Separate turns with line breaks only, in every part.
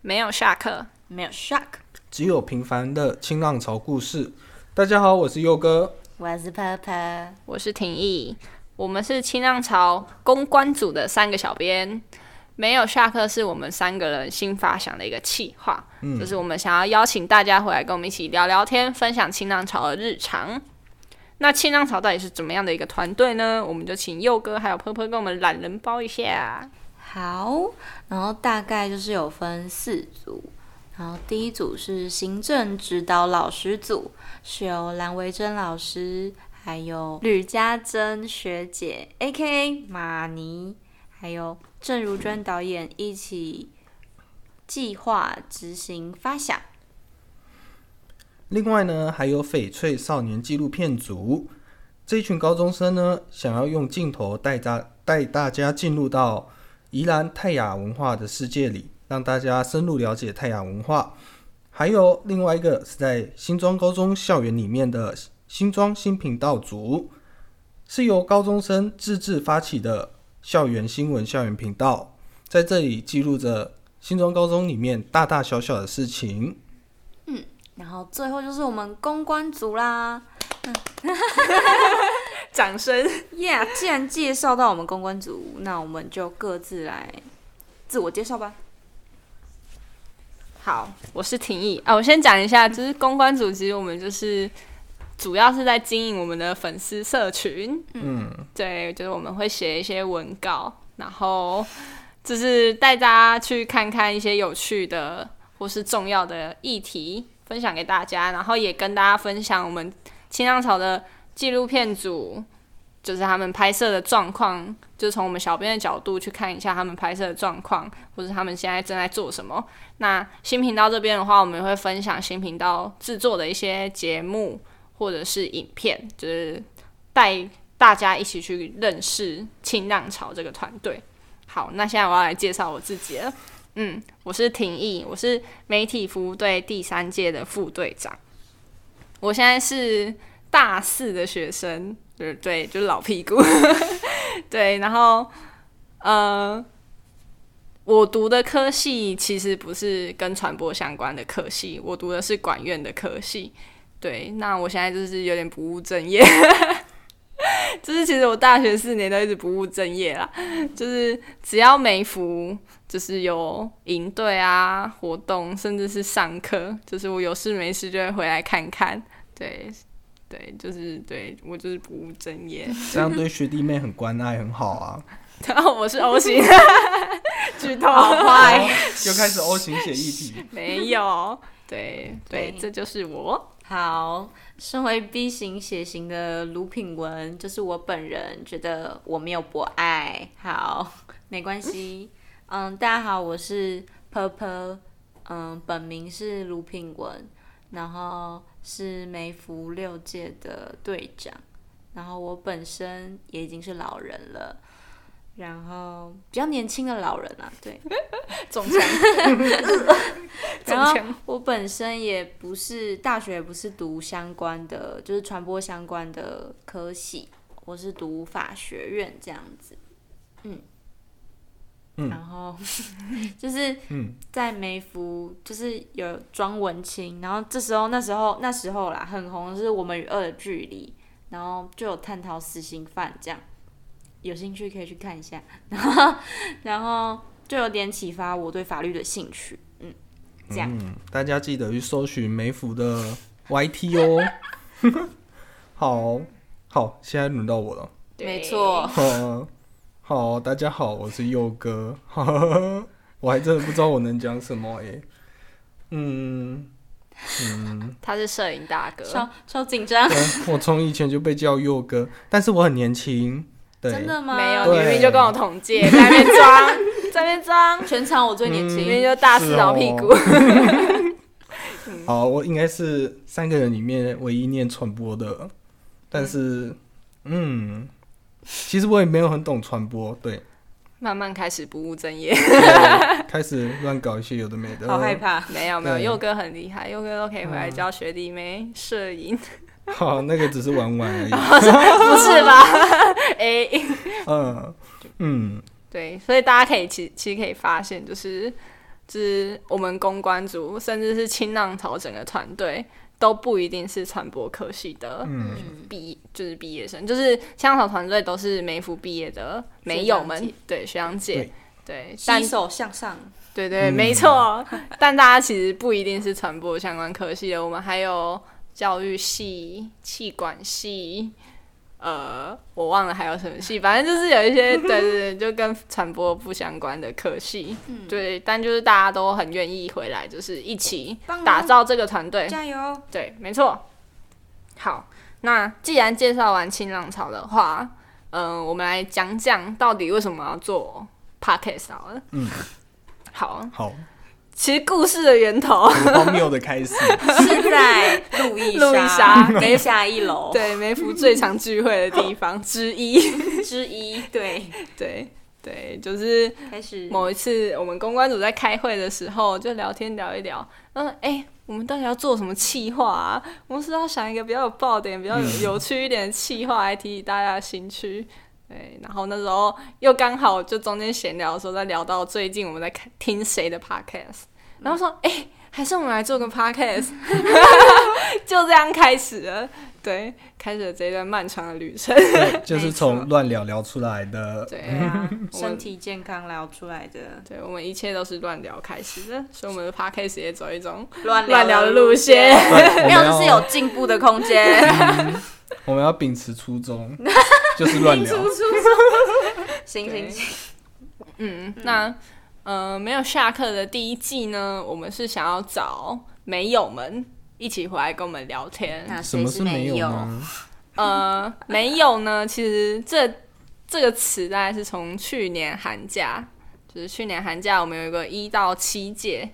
没有下课。
没有 shock。
只有平凡的清浪潮故事。大家好，我是佑哥。
我是泡泡，
我是廷义，我们是清浪潮公关组的三个小编。没有下课是我们三个人新发想的一个企划，就是我们想要邀请大家回来跟我们一起聊聊天，分享清浪潮的日常。那清浪潮到底是怎么样的一个团队呢？我们就请佑哥还有坡坡跟我们懒人包一下。
好，然后大概就是有分四组，然后第一组是行政指导老师组，是由蓝维珍老师，还有吕家珍学姐 （A.K.A. 马尼），还有郑如娟导演一起计划执行发想。
另外呢，还有翡翠少年纪录片组这一群高中生呢，想要用镜头带大带大家进入到宜兰泰雅文化的世界里，让大家深入了解泰雅文化。还有另外一个是在新庄高中校园里面的新庄新频道组，是由高中生自制发起的校园新闻校园频道，在这里记录着新庄高中里面大大小小的事情。
然后最后就是我们公关组啦，
掌声！
耶、既然介绍到我们公关组，那我们就各自来自我介绍吧。
好，我是廷义啊。我先讲一下，就是公关组，其实我们就是主要是在经营我们的粉丝社群。
嗯，
对，就是我们会写一些文稿，然后就是带大家去看看一些有趣的或是重要的议题，分享给大家，然后也跟大家分享我们清浪潮的纪录片组，就是他们拍摄的状况，就是从我们小编的角度去看一下他们拍摄的状况，或者他们现在正在做什么。那新频道这边的话，我们会分享新频道制作的一些节目或者是影片，就是带大家一起去认识清浪潮这个团队。好，那现在我要来介绍我自己了。嗯，我是廷义，我是媒体服务队第三届的副队长。我现在是大四的学生，就是对，就是老屁股。 对，然后呃，我读的科系其实不是跟传播相关的科系，我读的是管院的科系。对，那我现在就是有点不务正业， 就是其实我大学四年都一直不务正业啦，就是只要没服，就是有营队啊、活动，甚至是上课，就是我有事没事就会回来看看。对，对，就是对 我就是不务正业。
这样对学弟妹很关爱，很好 啊。
然后我是 O 型，剧透
哎
坏
又开始 O 型血议题。
没有，对对
对，
这就是我。
好，身为 B 型血型的卢品文，就是我本人，觉得我没有博爱，好，没关系。 嗯，大家好，我是 Purple，嗯，本名是卢品文，然后是梅福六届的队长，然后我本身也已经是老人了。然后比较年轻的老人啊，对，
中枪，中
然后
枪，
我本身也不是大学，不是读相关的，就是传播相关的科系，我是读法学院这样子。嗯，
嗯
然后 就是
嗯
在梅福，就是有装文青，然后这时候那时候那时候啦，很红的是《我们与恶的距离》，然后就有探讨死刑犯这样，有兴趣可以去看一下，然后然后就有点启发我对法律的兴趣。嗯，这样。
嗯，大家记得去搜寻梅福的 YT 哦。 好哦好，现在轮到我了。
对
没错，
好啊好，大家好，我是佑哥。我还真的不知道我能讲什么诶、 嗯嗯，
他是摄影大哥，
超超紧张，
对我从以前就被叫佑哥，但是我很年轻。对，
真的吗？
没有，
对
你明明就跟我同届，在那边 装，在那边装，
全场我最年
嗯
明
轻，
明就大四老屁股。
好，我应该是三个人里面唯一念传播的，但是，嗯，其实我也没有很懂传播，对，
慢慢开始不务正业，
对开始乱搞一些有的没的。
好害。怕。
没有没有，
对
佑哥很厉害，佑哥都可以回来教学弟妹摄影，
好，那个只是玩玩而已。
不是吧？ 哎，
嗯嗯，嗯
对，所以大家可以其其实可以发现，就是就是我们公关组，甚至是新浪潮整个团队，都不一定是传播科系的毕，就是毕业生，就是新浪潮团队都是美服毕业的美友
学长
们
姐，
对学长姐，对，但
单手向上，
对对，
嗯
没错。但大家其实不一定是传播相关科系的，我们还有教育系、气管系，呃，我忘了还有什么系，反正就是有一些， 对对对，就跟传播不相关的科系。
嗯
对，但就是大家都很愿意回来，就是一起
棒啊
打造这个团
嗯
队。
加油！
对，没错。好，那既然介绍完新浪潮的话，嗯、我们来讲讲到底为什么要做 podcast 好了。
嗯，
好，
好，
其实故事的源 头，
很荒谬的开始。
是在路易
路易莎
地下一楼
对梅福最常聚会的地方之一。
之一，对，
对对，就是
开始
某一次我们公关组在开会的时候，就聊天聊一聊，然后哎、我们到底要做什么企划啊？我们是不是要想一个比较有爆点、比较有有趣一点的企划，来提起大家的兴趣。对，然后那时候又刚好就中间闲聊的时候，在聊到最近我们在看听谁的 podcast，然后说哎、还是我们来做个 podcast，就这样开始了。对，开始了这一段漫长的旅程。
对，就是
没错
从乱聊聊出来的。
对
对啊，
嗯
我
身体健康聊出来的
对，我们一切都是乱聊开始的，所以我们的 podcast 也走一种
乱
乱聊的
的
路线。
对，我们
没有，
要
就是有进步的空间。
我们要秉持初衷， 就是乱聊。
行行行，
嗯，那呃，没有下课的第一季呢，我们是想要找没友们一起回来跟我们聊天。
那
什
谁
么
是
是
没
没
有？
呢？
呃，没有呢，其实这这个词大概是从去年寒假，就是去年寒假我们有一个一到七届，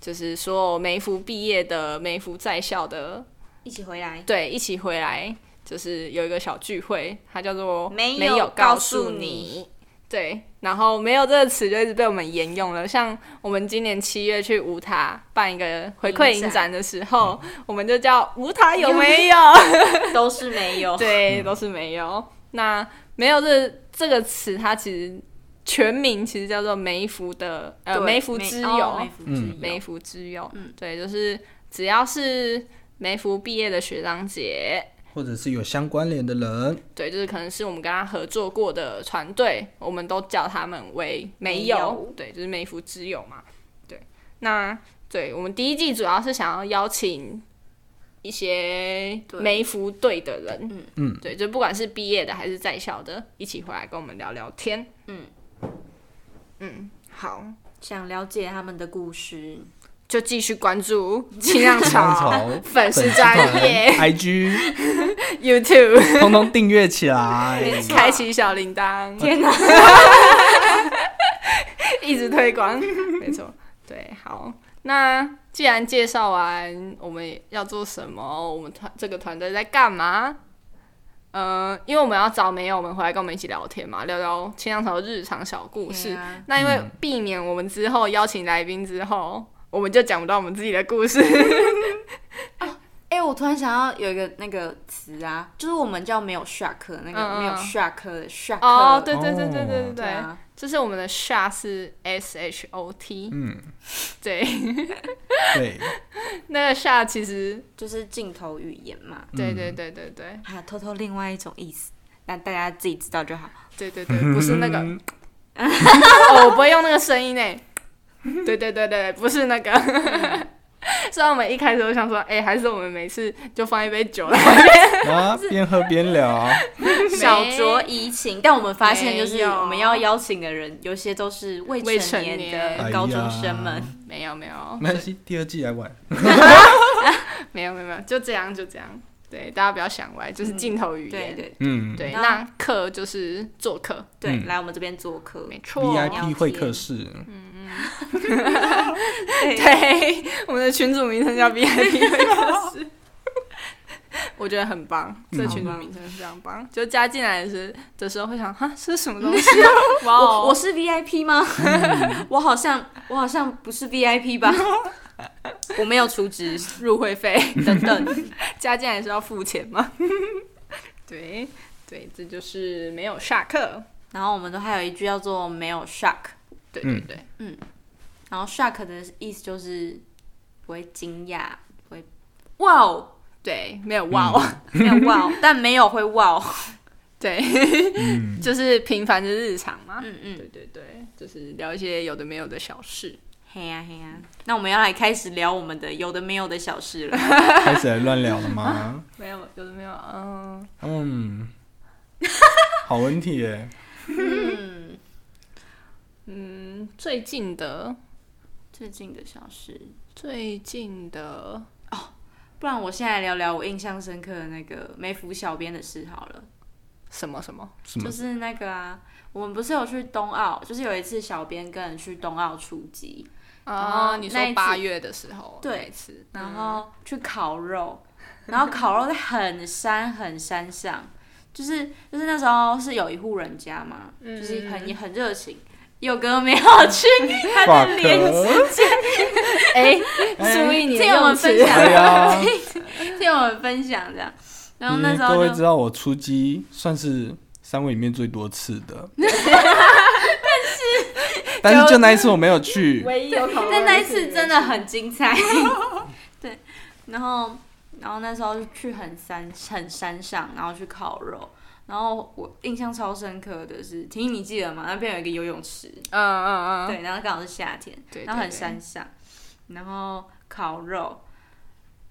就是说梅福毕业的梅福在校的
一起回来。
对，一起回来就是有一个小聚会，它叫做
没有
有
告诉
诉
你。
对，然后没有这个词就一直被我们沿用了。像我们今年七月去五塔办一个回馈
影展
影展的时候，
嗯
我们就叫五塔啊有没有？
都是没有。
对，都是没有。那没有这这个词，它其实全名其实叫做梅福的呃
对
梅福之友，
哦梅福之
嗯
梅
友，
福之友，
嗯
对，就是只要是梅福毕业的学长姐，
或者是有相关联的人，
对，就是可能是我们跟他合作过的团队，我们都叫他们为没
没
有
有，
对，就是梅福之友嘛。对，那对我们第一季主要是想要邀请一些
对
梅福队的人，嗯
嗯
对，就不管是毕业的还是在校的，一起回来跟我们聊聊天。
嗯
嗯，好，
想了解他们的故事。
就继续关 注清浪潮
潮
粉丝
粉丝
专
团、
业
IG，
YouTube，
通通订阅起来。
错
开启小铃铛。
天哪！
一直推广，没错，对，好。那既然介绍完我们要做什么，我们团这个团队在干嘛？呃，因为我们要找没有我们回来跟我们一起聊天嘛，聊聊清凉潮的日常小故事。
对啊
那因为避免我们之后邀请来宾之后，我们就讲不到我们自己的故 事。
哎，我突然想到有一个那个词啊，就是我们叫没有 shark 那
嗯
个
嗯
没有 shark 的 shark。
哦，对对对对对对
对
对，
啊，
就是我们的 shot 是 S H O T，
嗯，
对，
对，
那个 shot 其实，
就是镜头语言嘛，
对对对对对，
啊，偷偷另外一种意思，但大家自己知道就 好。
对对对，不是那个， 哦，我不会用那个声音欸诶。对对对对，不是那个。 虽然我们一开始都想说，哎、还是我们每次就放一杯酒来
啊，边喝边聊，
小酌怡情，但我们发现就是
没有
我们要邀请的人，有些都是未
未成
成
年哎
年的高中生们，
没有没有
没关系，第二季来玩。
没有没有没有，就这样就这样。对，大家不要想歪，就是镜头语
对
言。
对
嗯，
对
嗯
那课就是做客，
对，
嗯
来我们这边做客，
没错。
，VIP 会客室，
嗯
对，我们的群主名称叫 VIP 会客室，我觉得很棒，这群主名称非常棒。就加进来的时的时候会想，哈，这是什么东西啊？ 哇哦，
我我是 VIP 吗？ 我好像我好像不是 VIP 吧？ 我没有出职
入会费
等等，
加进来是要付钱吗？ 对对，这就是没有下课。
然后我们都还有一句叫做没有 shark，
对对
嗯
对，
嗯然后 shock 的意思就是不会惊讶，不会哇哦，
对，没有哇、哦，
没有哇 哦，但没有会哇哦。
对， 就是平凡的日常嘛。
嗯嗯，
对对对，就是聊一些有的没有的小事。
嘿呀嘿呀，那我们要来开始聊我们的有的没有的小事 了。
开始来乱聊 了吗？
没有，有的没有，嗯，
嗯，好问题耶。
嗯最近的
最近的小事，
最近的
不然我现在聊聊我印象深刻的那个梅福小编的事好了。
什么什么，
什么
就？是那个啊，我们不是有去冬奥，就是有一次小编跟人去冬奥初级，然后
啊你
那一
说
次
八月的时候，
对
那一次，
然后去烤肉，然后烤肉在很山很山上，就是就是那时候是有一户人家嘛，就是很也很热情。佑哥没有去，他的脸
哎，注意你的
听我
用
们
词
分，享，
嗯哎呀
听我们分享这样。然后那时
嗯各
候
位
就
知道我出击算是三位里面最多次 的，但是但是就那一次我没有去，
唯一有考
但那一次真的很精彩。 对，然后然后那时候就去很山很山上，然后去烤肉。然后我印象超深刻的是，婷婷你记得吗？那边有一个游泳池，
嗯嗯嗯，
啊
对，然后刚好是夏天，
对
然后很
对对
山上，然后烤肉，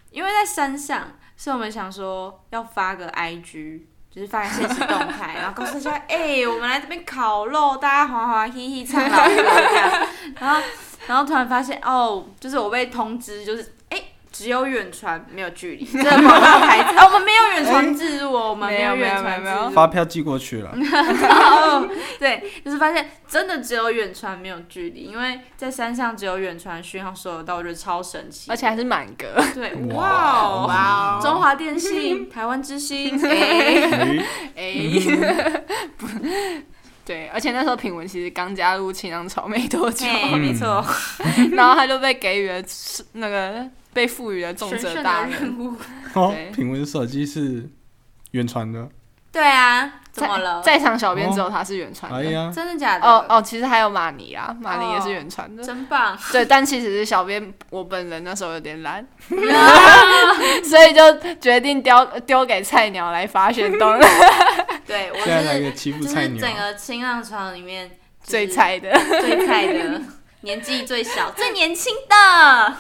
因为在山上，所以我们想说要发个 IG，就是发个现实动 态，然后告诉大家，哎、我们来这边烤肉，大家滑滑嘻嘻唱老歌这样，然后 然后突然发现，哦，就是我被通知，就是哎。只有远传没有距离，这个广告 牌子、哦，我们没有远传自入哦，我们
没有
远
没有
传
没
自
有没有
入，
发票寄过去了，
哦，对，就是发现真的只有远传没有距离，因为在山上只有远传讯号收得到，我觉得超神奇。
而且还是满格，
对，哇
哇
哦，
哇
中华电信、台湾之星， 哎
哎
哎， 不对，而且那时候品文其实刚加入清凉草没多久，
哎，没错，
然后他就被给予了那个被赋予了重
神
责
圣
大
的
任。
任务。
哦
对，
品文手机是原传的，
对啊，怎么了？
在在场小编只有他是原传
哎
的。
呀，
真的假的？
哦哦，其实还有马尼啊，马尼也是原传的。
真 棒！
对，但其实是小编我本人那时候有点懒，所以就决定丢丢给菜鸟来发现 动
对我
现在来
是
个欺负
就
菜
是
鸟
整，个青浪潮里面就是
最菜的。
最菜的，年纪最小、最年轻的，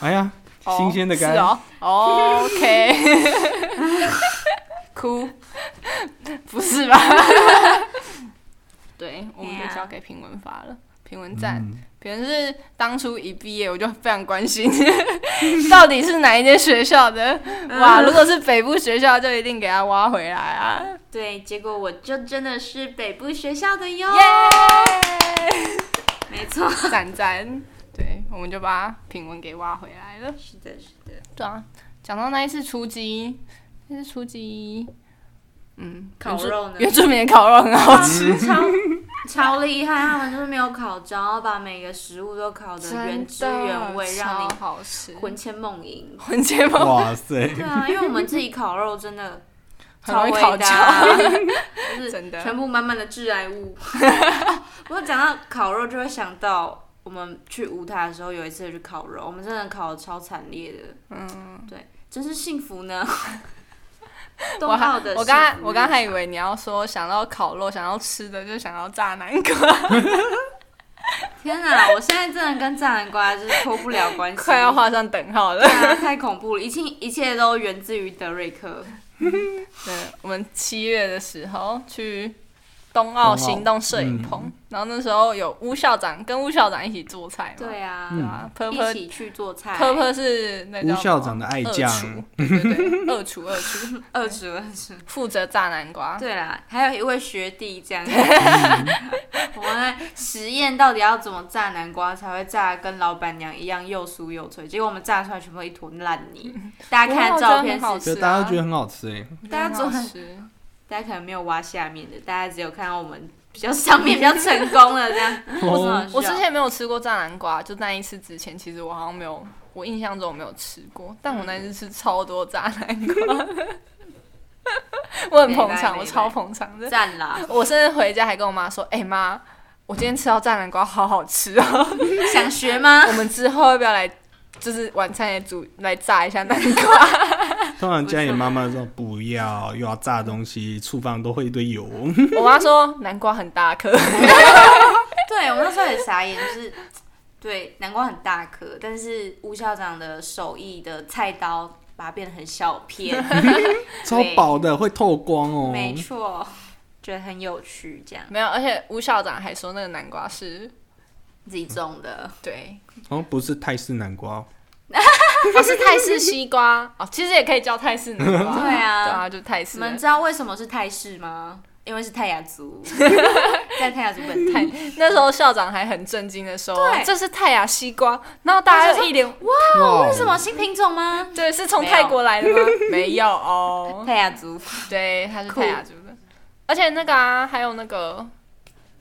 哎呀，新鲜的
哦
干
是，哦哦，OK，哭，不是吧？对，我们
对
就
啊
交给评文发了，评文赞。
嗯，
可能是当初一毕业我就非常关心， 到底是哪一间学校的？
嗯
哇，如果是北部学校，就一定给他挖回来啊！
对，结果我就真的是北部学校的哟。
耶，
没错，
赞赞，对，我们就把品文给挖回来了。
是的，是的，
对啊，讲到那一次出击，那次出击，嗯，
烤肉呢
原住民的烤肉很好吃，
超超厉害，他们就是没有烤焦，然后把每个食物都烤得原汁原味，让
超
你
好吃。
魂牵梦 萦。
魂结吗？
哇塞，
对啊，因为我们自己烤肉真的
很
超
容易
伟
烤焦
大， 就是
真的
全部满满的致 癌物。不过讲到烤肉，就会想到我们去乌塔的时候，有一次去烤肉，我们真的烤得超惨烈的，
嗯，
真是幸福 呢。冬
我还
奥的
我刚才
幸福
我刚
日
才以为你要说想到烤肉，想要吃的就想到炸南瓜，
天哪！我现在真的跟炸南瓜就是脱不了关系，
快要画上等号了
对。啊，太恐怖了！一切一切都源自于德瑞克，
对，我们七月的时候去冬奥行动摄影棚，然后那时候有巫校长跟巫校长一起做菜嘛，
对啊，
对啊，p u r p
一
l
起去做菜，
p u r p l 是那叫
吴校长的爱将
什么二厨，对对对，二厨二厨
二十二十。
负责炸南瓜，
对啦，还有一位学弟 这样，我们在实验到底要怎么炸南瓜才会炸得跟老板娘一样又酥又脆，结果我们炸出来全部一坨烂泥。大家看
哇
照片
真的好
是，
吃
就大家都觉得很好吃哎，
大家
很好
做
吃，
大家可能没有挖下面的，大家只有看到我们比较上面比较成功的这样。为什么好笑
我之前没有吃过炸南瓜，就那一次之前，其实我好像没有，我印象中我没有吃过，但我那一次吃超多炸南瓜， 我很捧
没
场，
来
我超捧场的。
赞啦，
我甚至回家还跟我妈说：“哎、妈，我今天吃到炸南瓜，好好吃哦！
想学吗？
我们之后要不要来，就是晚餐也煮来炸一下南瓜？
通常家里妈妈说不要，又要炸东西，厨房都会一堆油。
我妈说南瓜很大颗，
对我们那时候也傻眼，就是对南瓜很大颗，但是吴校长的手艺的菜刀把它变得很小片，
超薄的，会透光哦。
没错，觉得很有趣，这样
没有，而且吴校长还说那个南瓜 是
自己种的，
对，
好像哦不是泰式南瓜，
不是泰式西瓜哦，其实也可以叫泰式南瓜，
对啊
对啊，就泰
你
式
们
的。
知道为什么是泰式吗？因为是泰雅族，在泰雅族本泰，
那时候校长还很震惊的说
对：“
这是泰雅西瓜。”然后大家就一脸
哇哦
为什么新品种吗？
对，是从泰国来的吗？ 没有哦，
泰雅族，
对，它是
酷
泰雅族的。而且那个啊，还有那个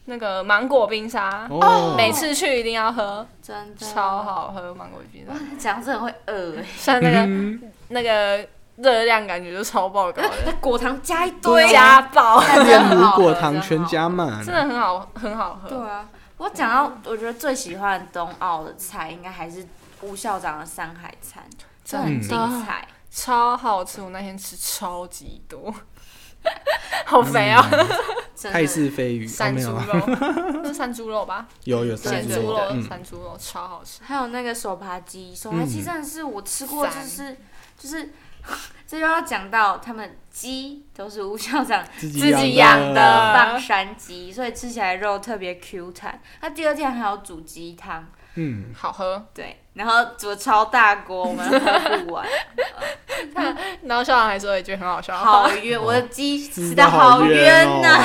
那个芒果冰沙，
哦
每次去一定要喝，
真的
超，好喝芒果冰沙，
讲真的会饿欸，
像那个
嗯
那个热量感觉就超爆高的，
那 果糖加一堆
家暴，
但真的
炼
很
乳
好喝
果
真
糖
的
全
好
加满，
真的很好，很好喝。
对啊，我讲到我觉得最喜欢冬奥的菜，应该还是吴校长的山海餐，这很精彩。
超好吃，我那天吃超级多， 好肥哦，
真
泰
的，
式飞鱼嗯哦，
山
没
猪
有啊，
肉， 是山猪肉吧？
有有山
咸
山
猪肉
猪肉，嗯，
山猪肉超好吃，
还有那个手扒鸡，手扒鸡真的是我吃过，就
赞
是就是， 这就要讲到他们鸡都是吴校长
自
自己养
养
的
放山鸡，所以吃起来肉特别 Q 弹。他第二天还有煮鸡汤，
嗯，
好喝。
对，然后煮得超大锅，我们喝不 完，
然后校长还说了一句很好笑的话，
好远，我的鸡
吃
吃的嗯好
哦
冤呐、
呐，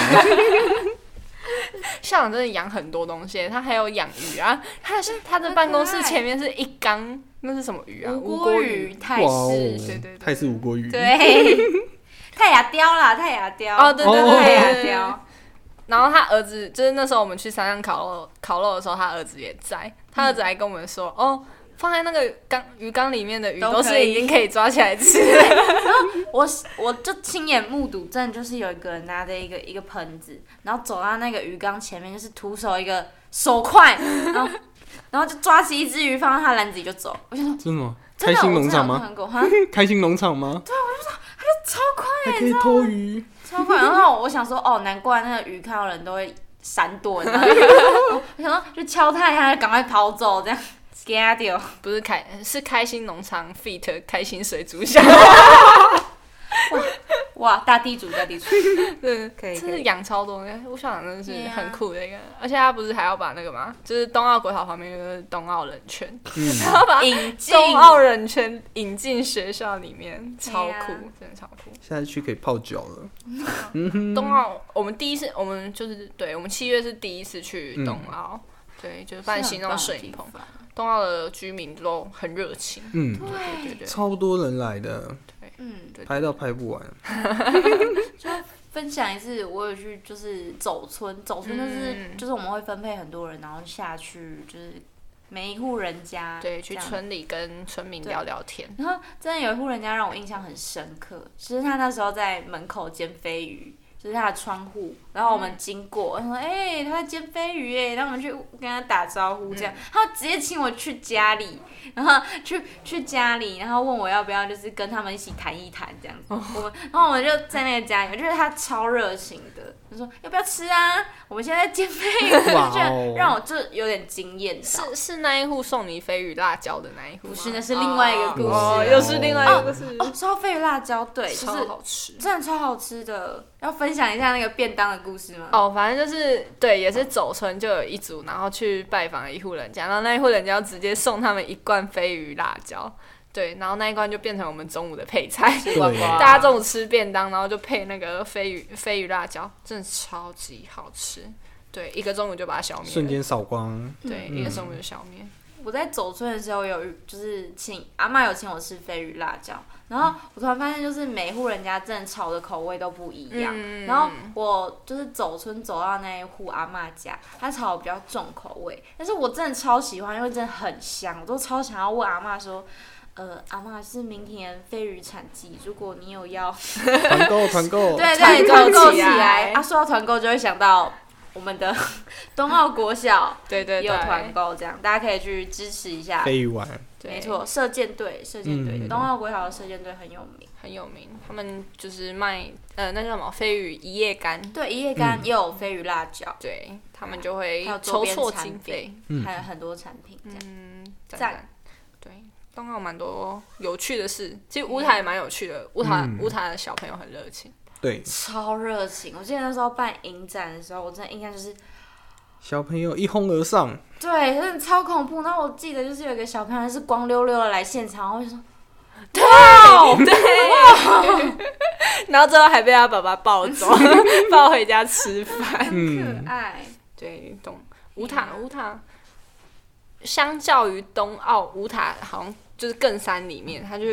校长真的养很多东西，他还有养鱼啊，他是他的办公室前面是一缸，那是什么鱼啊？
无
无
锅
锅
鱼
鱼。
泰
哇哦
式，
对对对
泰式无锅 鱼，
对，泰雅雕啦，泰雅雕，
哦，对对对
哦
泰
对
雅
对对。
雕，
然后他儿子就是那时候我们去山上烤肉烤肉的时候，他儿子也在，他儿子还跟我们说，哦，放在那个缸鱼缸里面的鱼
嗯都
都
可
是
以
已经可以抓起来吃 了。
我我就亲眼目睹，真的就是有一个人拿着一个一个盆子，然后走到那个鱼缸前面，就是徒手一个手快， 然后然后就抓起一只鱼放到他篮子里就走。我想说，
真的吗？
真
开
的，
心
我
农
真的有
场吗？
看过哈，
开心农场吗？对，我就说，它就超快，还可以偷鱼，
超快。然后我想说，哦，难怪那个鱼看到人都会闪躲，你知道吗 我想说就敲他一下，赶快跑走，这样给他丢。
不是开是开心农场 feat 开心水族箱，
哇，大地主，大地主，
对，
可以
这
可
是
以
养超多的，我想真的是
Yeah
很酷的一个人而且他不是还要把那个嘛，就是冬奥国考旁边就是冬奥人圈，
嗯，
他要把
引进
冬奥人圈引进学校里面，超
对啊
酷，真的超酷。
现在去可以泡脚了，嗯
冬奥我们第一次，我们就是对我们七月是第一次去冬奥，对，嗯就是办行动摄影棚。冬奥的居民都很热情，
嗯，
对对对，
超多人来的，
嗯，
拍到拍不完，
分享一次，我有去就是走村，走村就是、
嗯
就是我们会分配很多人，然后下去就是每一户人家，
对，去
这样。
村里跟村民
对
聊聊天。
然后真的有一户人家让我印象很深刻，就是他那时候在门口煎飞鱼，就是他的窗户，然后我们经过，他说：“哎、他在煎飞鱼哎！”然后我们去跟他打招呼，
嗯
这样，他直接请我去家里，然后去去家里，然后问我要不要就是跟他们一起谈一谈这样子。
哦
我们，然后我们就在那个家里，我觉得他超热情的，他说：“要不要吃啊？我们现在在煎飞 鱼。”
哇
就
哦
让我就有点惊艳到，
是是那一户送你飞鱼辣椒的那一户吗？
不是那是另外一个故事啊
哦，又是另外一个故事，
哦，烧飞鱼辣椒，对，就
超
是
好吃。
真的超好吃的，要分享一下那个便当的故事吗？
哦，反正就是对，也是走村就有一组，然后去拜访了一户人家，然后那一户人家直接送他们一罐飞鱼辣椒，对，然后那一罐就变成我们中午的配菜，
对
大家中午吃便当，然后就配那个飞鱼飞鱼辣椒，真的超级好吃，对，一个中午就把它消灭
瞬
了，
间嗯扫光，
对，一个中午就消灭，
我在走村的时候有就是请阿嬷有请我吃飞鱼辣椒，然后
嗯
我突然发现就是每户人家真的炒的口味都不一样，
嗯
然后我就是走村走到那一户阿嬷家，她炒的比较重口味，但是我真的超喜欢，因为真的很香，我都超想要问阿嬷说。呃，阿嬷是明天飞鱼产季，如果你有要
团购团购，
对
团
对，
购
团购
起
起
来
来。啊，说到团购，就会想到我们的 冬冬奥国小
对对
也
对，
有团购，这样大家可以去支持一下。
飞鱼丸，
对
没，错，射箭队，射箭队，
嗯
冬奥国小的射箭队很有名。
很有名。他们就是卖呃那叫什么飞鱼一夜干，
对，一夜
嗯
干也有飞鱼辣椒，
对他们就会
还有周
筹
边
措
产
经费，
嗯
还有很多产品这样。
嗯，
赞
赞。对，冬奥蛮多有趣的事，其实乌塔也蛮有趣的，乌塔
嗯
乌塔的小朋友很热 情，
对，
超热情！我记得那时候办影展的时候，我真的印象就是，
小朋友一哄而上，
对，真的超恐怖。然后我记得就是有一个小朋友他是光溜溜的来现场，然后我就说
哦然后最后还被他爸爸抱 走，抱回家吃饭。
嗯
可爱，
对，懂乌塔乌塔，相较于冬奥乌塔，好像就是更山里面，它就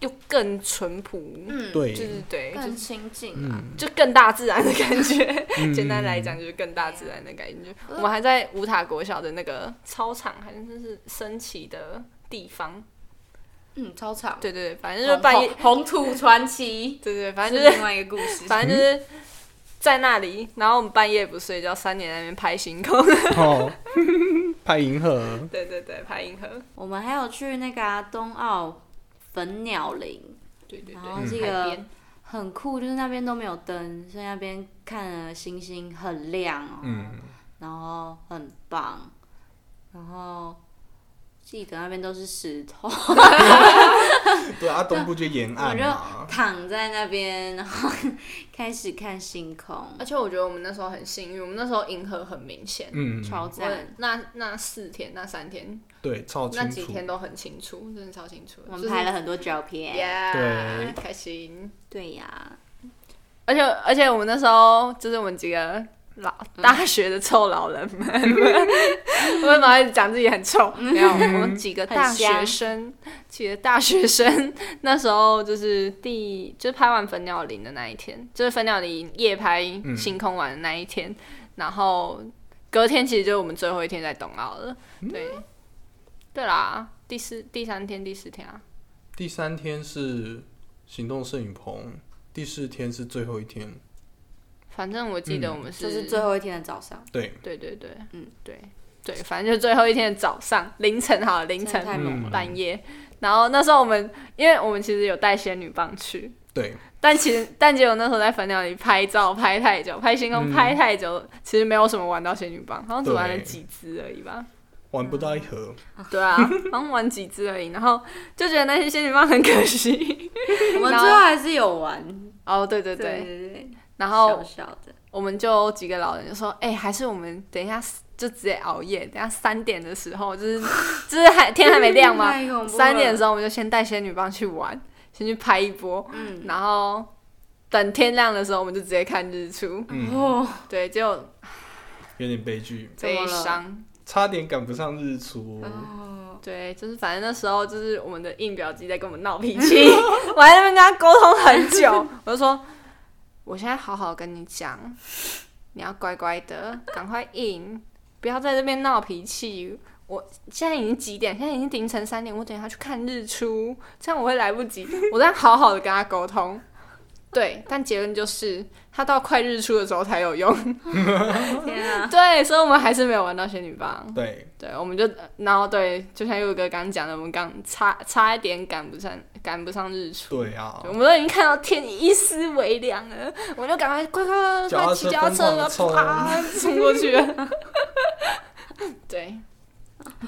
又更淳朴，
嗯，，
就是对，
对，
就
更
是
亲近啊。
嗯，
就更大自然的感觉。
嗯
简单来讲，，就是更大自然的感觉。
呃
我们还在乌塔国小的那个操场，还真是升旗的地方。
嗯，操场，
对对对，反正就半夜，
红土传奇，
对对对，
反
反正
正
就是
另外一个故事。
反正就是在那里，然后我们半夜不睡觉，三点在那边拍星空。
哦， 拍银河，
对对对，拍银河。
我们还有去那个、啊、冬奥粉鸟林，
对对
然
对，
后这
海
个
边
很酷，就是那边都没有灯，所以那边看了星星很亮哦，
嗯，
然后很棒，然后记得那边都是石头，
对啊，东部就沿岸嘛，
躺在那边，然后开始看星空，
而且我觉得我们那时候很幸运，我们那时候银河很明显。
嗯，
超
我
赞。
那那四天、那三天、
对，超
那
清
几
楚，
天都很清楚，真的超清楚的。
我
就
们
是
拍了很多照片，
Yeah，开心。
对呀、
而且而且我们那时候就是我们几个老
嗯
大学的臭老人们，我为什么一直讲自己很臭？
嗯
没有，我们几个大学生，几个大学生那时候就是第就是拍完粉鸟林的那一天，就是粉鸟林夜拍星空完的那一天，然后隔天其实就是我们最后一天在冬奥了，
嗯
对，对啦，第四第三天第四天啊，
第三天是行动摄影棚，第四天是最后一天，
反正我记得
嗯
我们
这是最后一天的早 上，
对，
对对对，
嗯
嗯，对对，反正就最后一天的早上凌晨好了，凌
真的
晨
太
猛了
半夜，然后那时候我们，因为我们其实有带仙女棒去，
对，
但其实 但结果那时候在粉鸟里拍照拍太久，拍星空
嗯
拍太久，其实没有什么玩到仙女棒，好像只玩了
对
几支而已吧，
玩不到一盒，
对啊，好像玩几支而已，然后就觉得那些仙女棒很可 惜。
我们
然后
最后还是有玩，
哦，对对
对
对，
对对，
然后
小小的，
我们就几个老人就说，哎、还是我们等一下就直接熬夜，等一下三点的时候，就是 就是还天还没亮嘛，
太恐怖了
三点的时候我们就先带仙女棒去玩，先去拍一波，
嗯，
然后等天亮的时候我们就直接看日出，
嗯，
哦，
对，就
有点悲剧，
怎么
悲
了
伤，
差点赶不上日出，
哦对，就是反正那时候就是我们的印表机在跟我们闹脾气， 我还在那边跟他沟通很久，我就说我现在好好跟你讲，你要乖乖的，赶快印，不要在这边闹脾气。我现在已经几点？现在已经凌晨三点，我等一下去看日出，这样我会来不及。我这样好好的跟他沟通，对，但结论就是他到快日出的时候才有用。
天啊，
对，所以我们还是没有玩到仙女棒。
对，
对，我们就呃然后对，就像佑哥刚刚讲的，我们刚差差一点赶不上赶不上日出。
对啊
对，我，们都已经看到天一丝微凉了，我们就赶快快快快
脚踏
快
车
骑脚踏车
疯狂地
了，
冲
啪冲过去 了。对，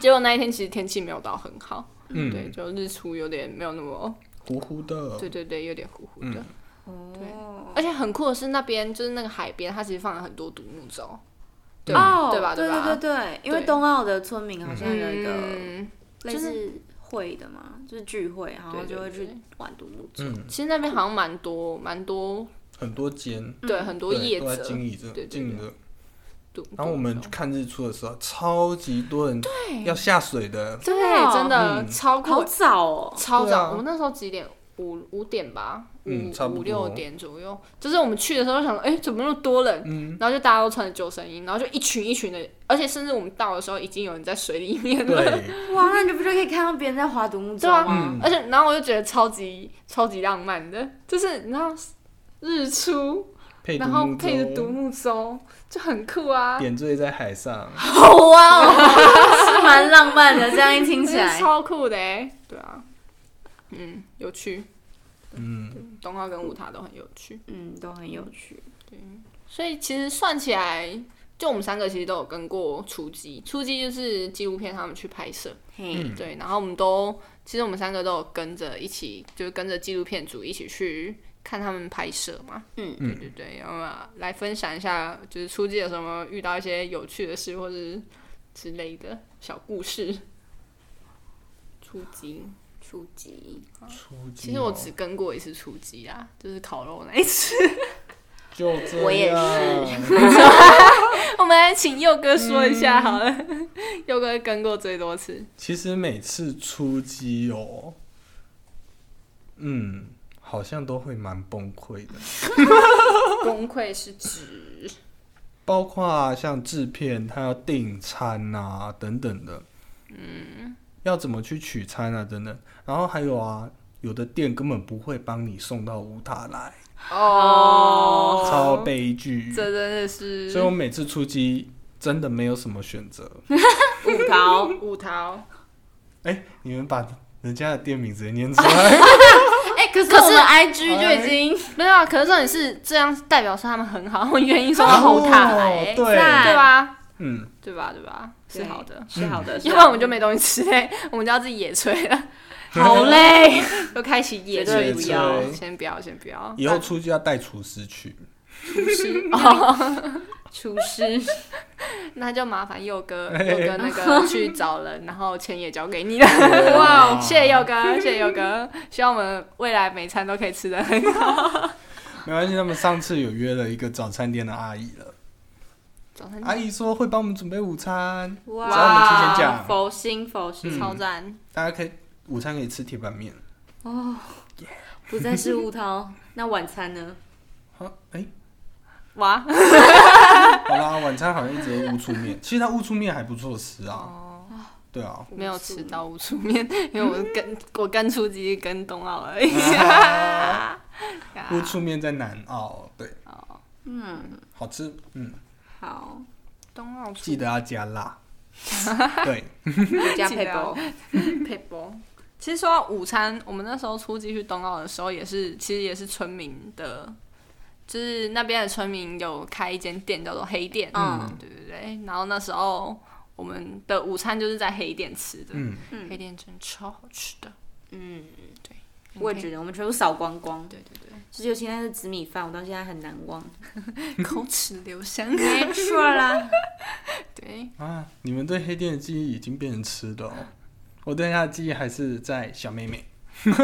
结果那一天其实天气没有到很好，对，
嗯，
就日出有点没有那么，
糊糊的，
对对对，有点糊糊的。
嗯
哦，
而且很酷的是，那边就是那个海边，它其实放了很多独木舟，
嗯
对、
哦，
对吧？
对
吧？
对对，因为
对
冬奥的村民好像有一个
嗯，
类
就是
似会的嘛，就是聚会，然后
对对
就会去
对
玩独木舟。
嗯，
其实那边好像蛮多蛮多
很多间，
嗯
对，很多
对
叶
都在
子。
经营着
对对，对
经营着。
对
然后我们去看日出的时候，超级多人要下水的，
对
哦
真的
嗯
超
好
过
早哦，
超
对啊
早，我们那时候几点？五五点吧，
嗯
五
差不
五
多
六点左右。就是我们去的时候就想说，哎，怎么那么多人？
嗯，
然后就大家都穿着救生衣，然后就一群一群的，而且甚至我们到的时候已经有人在水里面了。
对，
哇，那你不就可以看到别人在划独木舟
对啊
吗？
嗯
而且，然后我就觉得超级超级浪漫的，就是你知道日出，
配独
然后
木
配着独
舟，
木舟，就很酷啊，
点缀在海上。
好哇哦， 是蛮浪漫的。这样一听
真
起
是
来，
超酷的哎、对啊，嗯，有趣，
嗯，
冬奥跟舞塔都很有趣，
嗯，都很有趣。
所以其实算起来，就我们三个其实都有跟过初级，初级就是纪录片他们去拍摄，
嘿，
对，然后我们都其实我们三个都有跟着一起，就是跟着纪录片组一起去看他们拍摄嘛。
嗯
对对对，然后来分享一下，就是出街有什么遇到一些有趣的事，或是之类的小故事。出击，
初级
初级
其实我
哦
只跟过一次出击啊，就是烤肉那一次。
就这样，
我也
是，
我们来请佑哥说一下好了， 佑哥跟过最多次，
其实每次出击哦，嗯，好像都会蛮崩溃的。
崩溃是指
包括像制片，他要订餐啊等等的，嗯，要怎么去取餐啊等等，然后还有啊，有的店根本不会帮你送到乌塔来，
哦，
超悲剧。
这真的是
所以我每次出击真的没有什么选择。
五桃，五桃，
哎、你们把人家的店名直接念出来，
哎、可是
可是
我们 IG 就已经
没有啊。可是重点是这样，代表说他们很好，他们愿意送到后塔来、
哦对
赞
对吧？
嗯，
对吧？对吧？是好的，
是好的，
要不然我们就没东西吃嘞，我们就要自己野炊了，
好累。
又开启野
绝
炊，
对不
要
先不要，先不要，
以后出击要带厨师去。
厨师，
厨师，
那就麻烦佑哥，佑哥那个去找人，然后钱也交给你了。
哇
哇，谢谢佑哥，谢谢佑哥， 希望我们未来每餐都可以吃的很好。
没关系，他们上次有约了一个早餐店的阿姨了，
早餐
阿姨说会帮我们准备午餐，
哇嗯
只要我们提前讲
佛心佛心，
超赞，
大家可以午餐可以吃铁板面。
哦不再是吴涛。那晚餐呢？
啊，哎、
哇，
好啦，晚餐好像一直有乌醋面，其实它乌醋面还不错吃啊。
哦。
对啊，
没有吃到无醋面， 因为我跟我跟出击跟冬奥而已。 啊
乌醋面在南澳，对，
嗯，
好吃，嗯，
好，
冬奥
记得要 加辣。对，
加
记
配
得
包
啊。配包。其实说到午餐，我们那时候出击去冬奥的时候，也是其实也是村民的，就是那边的村民有开一间店叫做黑店，
嗯
对对对。然后那时候我们的午餐就是在黑店吃的，
嗯，
嗯
黑店真的超好吃的。
嗯，对，
你
我也
可以
觉得我们全部扫光光，
对对
就是尤其那是紫米饭，我到现在很难忘。
对，口齿留香。
没错啦，
对，
啊，你们对黑店的记忆已经变成吃的哦，我对它的记忆还是在小妹 妹。
哦，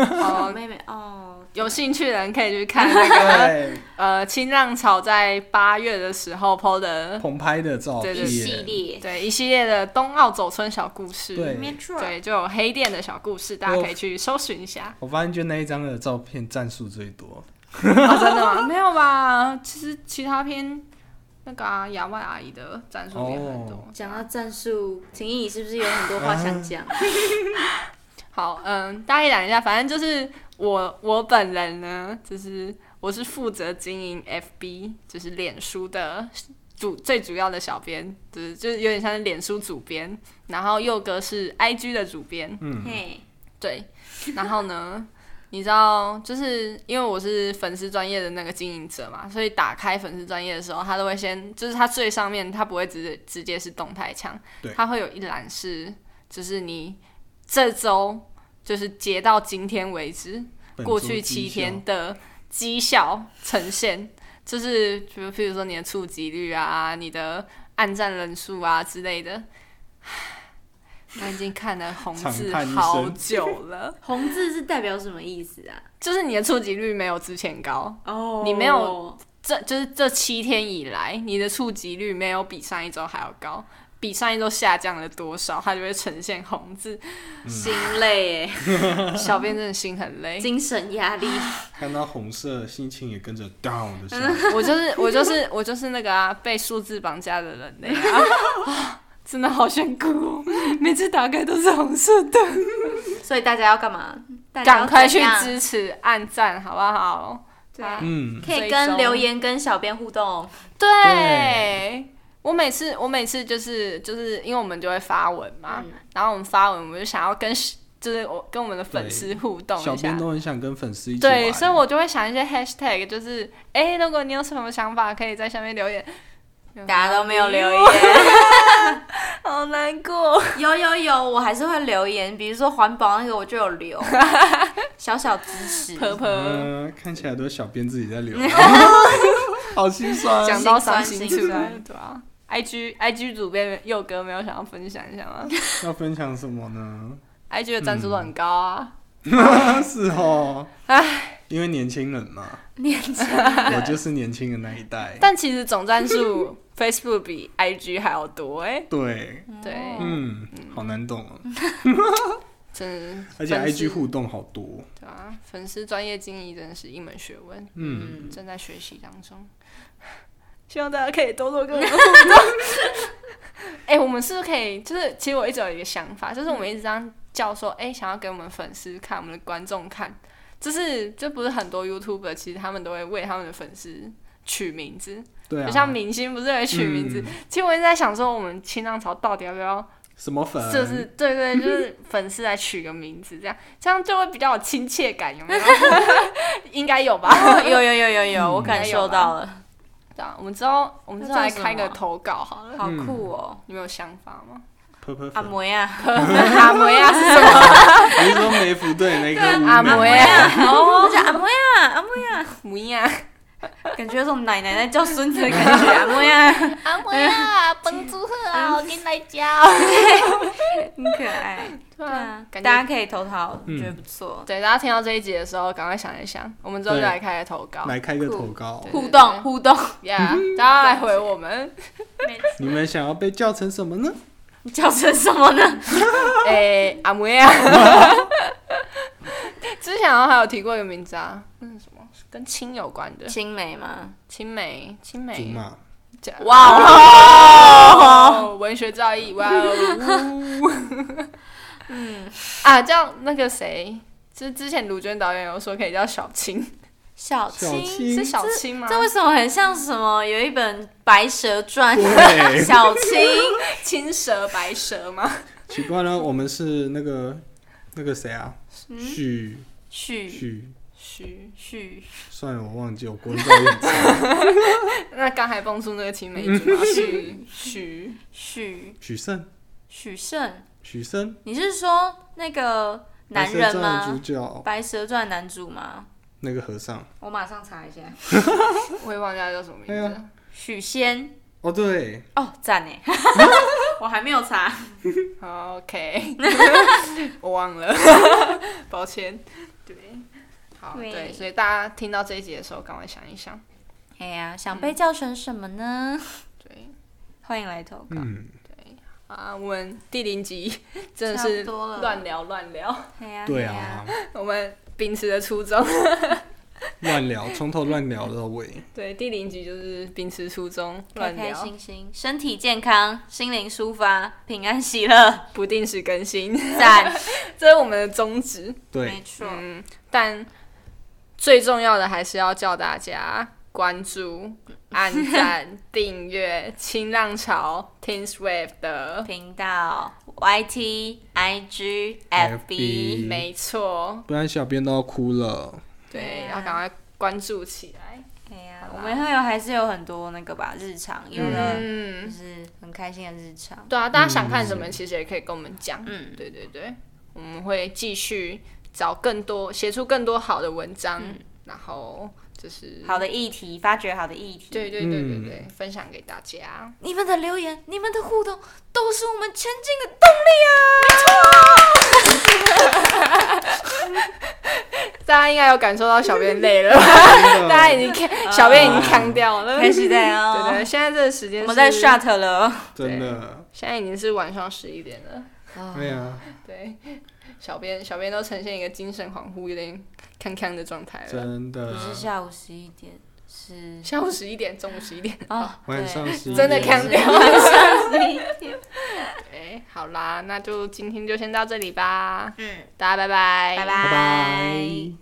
哦，
妹妹哦，
有兴趣的人可以去看 那个
对，
呃，新浪潮在八月的时候 PO 的，
棚拍的照片，
对对
一系列，
对一系列的冬奥走村小故事，
对。
没错，
对，哦就有黑店的小故事，大家可以去搜寻一下
我发现就那一张的照片赞数最多。
啊，真的吗？ 没有吧？其实其他篇那个啊，亚外阿姨的战术也很多。
讲到战术，婷宜是不是有很多话想讲？
好，嗯，大概讲一下，反正就是我我本人呢，就是我是负责经营 FB，就是脸书的主最主要的小编，就是就是有点像是脸书主编，然后佑哥是 IG 的主编，
嘿，
对，然后呢，你知道，就是因为我是粉丝专业的那个经营者嘛，所以打开粉丝专业的时候，它都会先，就是它最上面它不会直直接是动态墙
对，
它会有一栏是，就是你这周就是截到今天为止，
本
过
周
去
绩
七
效
天的绩效呈现，就是比如譬如说你的触及率啊、你的按赞人数啊之类的。我已经看了红
长
字
叹一声
好久了，
红字是代表什么意思啊？
就是你的触及率没有之前高，
哦
你没有，这就是这七天以来你的触及率没有比上一周还要高，比上一周下降了多少，它就会呈现红字。
心累耶，
小编真的心很累，
精神压力，
看到红色，心情也跟着 down 的时 候，
我就是我就是我就是那个啊，被数字绑架的人类啊，啊 真的好想哭哦！每次打开都是红色的，
所以大家要干嘛？大家要
赶快去
怎样
支持、按赞，好不好？
对
嗯，
可以
追踪
跟留言跟小编互动。
对
对
我每次我每次就是就是因为我们就会发文嘛，
嗯
然后我们发文，我们就想要跟就是我跟我们的粉丝互动
小
一
编
下。
都很想跟粉丝一起
对，
玩
所以我就会想一些 hashtag，就是哎、如果你有什么想法，可以在下面留言。
大家都没有留
言，
言，
好难过。
有有有，我还是会留言，比如说环保那个我就有 留，小小知识，
婆婆
嗯、看起来都是小编自己在留， 好心酸。
讲到伤心处
心，酸
对啊。I G I G 主编佑哥没有想要分享一下 吗
要分享什么呢？
？I G 的赞助都很高啊，
是哦，因为年轻人 嘛，
念起来
我就是年轻人那一代。
但其实总赞 数 Facebook 比 I G 还要多哎、
对，
对，
嗯，好难懂哦，
真的，
而且
粉丝
IG 互动好多，
对啊，粉丝专业经营真的是一门学问，
嗯，
正在学习当中。 希望大家可以多多跟我们互动。 哎、我们是不是可以？就是其实我一直有一个想法，就是我们一直这样叫说，哎、想要给我们粉丝看，我们的观众看，就是这不是很多 YouTuber 其实他们都会为他们的粉丝取名字，
对啊，
就像明星不是会取名字？
嗯
其实我一直在想说，我们新浪潮到底要不要
什么粉，
就是对 对，就是粉丝来取个名字，这样这样就会比较有亲切感，有没有？ 应该有 吧？
有有有有有，我
应
感
该有吧
受到了，
这啊样，我们之后我们之后来开
啊
个投稿好了，
好酷哦，
你们有想法 吗？
婆婆
阿
粉，
摩呀，
阿摩亚是什么？
你是说梅福对那个
阿
乌梅
哎
摩亚，
我叫阿摩呀，阿摩呀，
母亚，
感觉有种奶奶在叫孙子的感 觉，阿摩呀，
阿摩亚，本主贺啊，我跟来家。
很可爱，
对
对啊
啊，，
大
感
家
觉
可以投稿，
嗯
觉得不错，
对大家听到这一集的时候，赶快想一想，我们之后就
对
来开个投稿，
来开个投稿
对，
互动互动，
呀，大家来回我们。
你们想要被叫成什么呢？
你叫成什么呢？
诶，阿梅啊， 之前好像还有提过一个名字啊，那是什么跟青有关的，
青梅吗？
青梅，青
竹
梅，
马，
这样
哇哦！
哦，文学造诣，哇哦，嗯啊，叫那个谁，就是之前卢娟导演有说可以叫小青，
小
小
青，
青
是小青吗？
这为什么很像什么？有一本《白蛇传》
对
小青，
青蛇白蛇吗？
奇怪呢，我们是那个那个谁啊，许
嗯许
许，
虚。
许，
算了，我忘记我国文造诣很差
那刚才蹦出那个青梅竹马是徐
许
许胜，
许胜，
许胜，
你是说那个男
白
人
蛇传的
吗
主？角，
白蛇传男主吗？
那个和尚。
我马上查一下。
我也忘记他叫什么名
哎
字
呀
了。
许仙，
哦，对，
哦，赞呢，
嗯
我还没有查。
OK，我忘 了，抱歉。对，好，
对
对，所以大家听到这一集的时候，赶快想一想。
哎呀，想被叫成什么呢？
对
欢迎来投稿，
嗯，
啊，我们第零 集真的是
差不多了
乱聊乱聊，
哎呀，
对
哎
啊
呀，，
我们秉持的初衷，
乱聊，从头乱聊到尾。
对，第零集就是秉持初衷
开
乱
开
聊，
心心，身体健康，心灵抒发，平安喜乐，
不定时更新，
赞，
这是我们的宗旨。
对
没，错，
嗯，但最重要的还是要叫大家关 注、按赞、订阅新浪潮 Teen Swave 的。
频道 YT、IG、FB，
FB
没错，
不然小编都要哭 了。
对，
对啊
要赶快关注起来。
哎呀
好，啦
我们会有还是有很多那个吧，日常有的就
嗯，
是很开心的日常，
对啊，大家想看
嗯
什么，其实也可以跟我们讲。
嗯，
对对对，我们会继续找更多，写出更多好的文章，然后就是，
嗯好的议题，发掘好的议题，
对对对对对，
嗯
分享给大家。
你们的留言、你们的互动都是我们前进的动力啊！
大家应该有感受到小编累了，
真
大家
的
已经看，小编已经扛掉了。
哦开始在
对
哦
对，，现在这个时间
我
是
们在 shut 了，
真的，
现在已经是晚上十一点了。
哦
哎呀，
对，小编小编都呈现一个精神恍惚、有点康康的状态了。
真
不
的，
是下午十一点，是
下午十一点，中午十一点，
啊，
晚上
对
十一
真的
点
看掉。
十一点，
哎，好啦，那就今天就先到这里吧，
嗯，
大家拜拜，
拜
拜拜。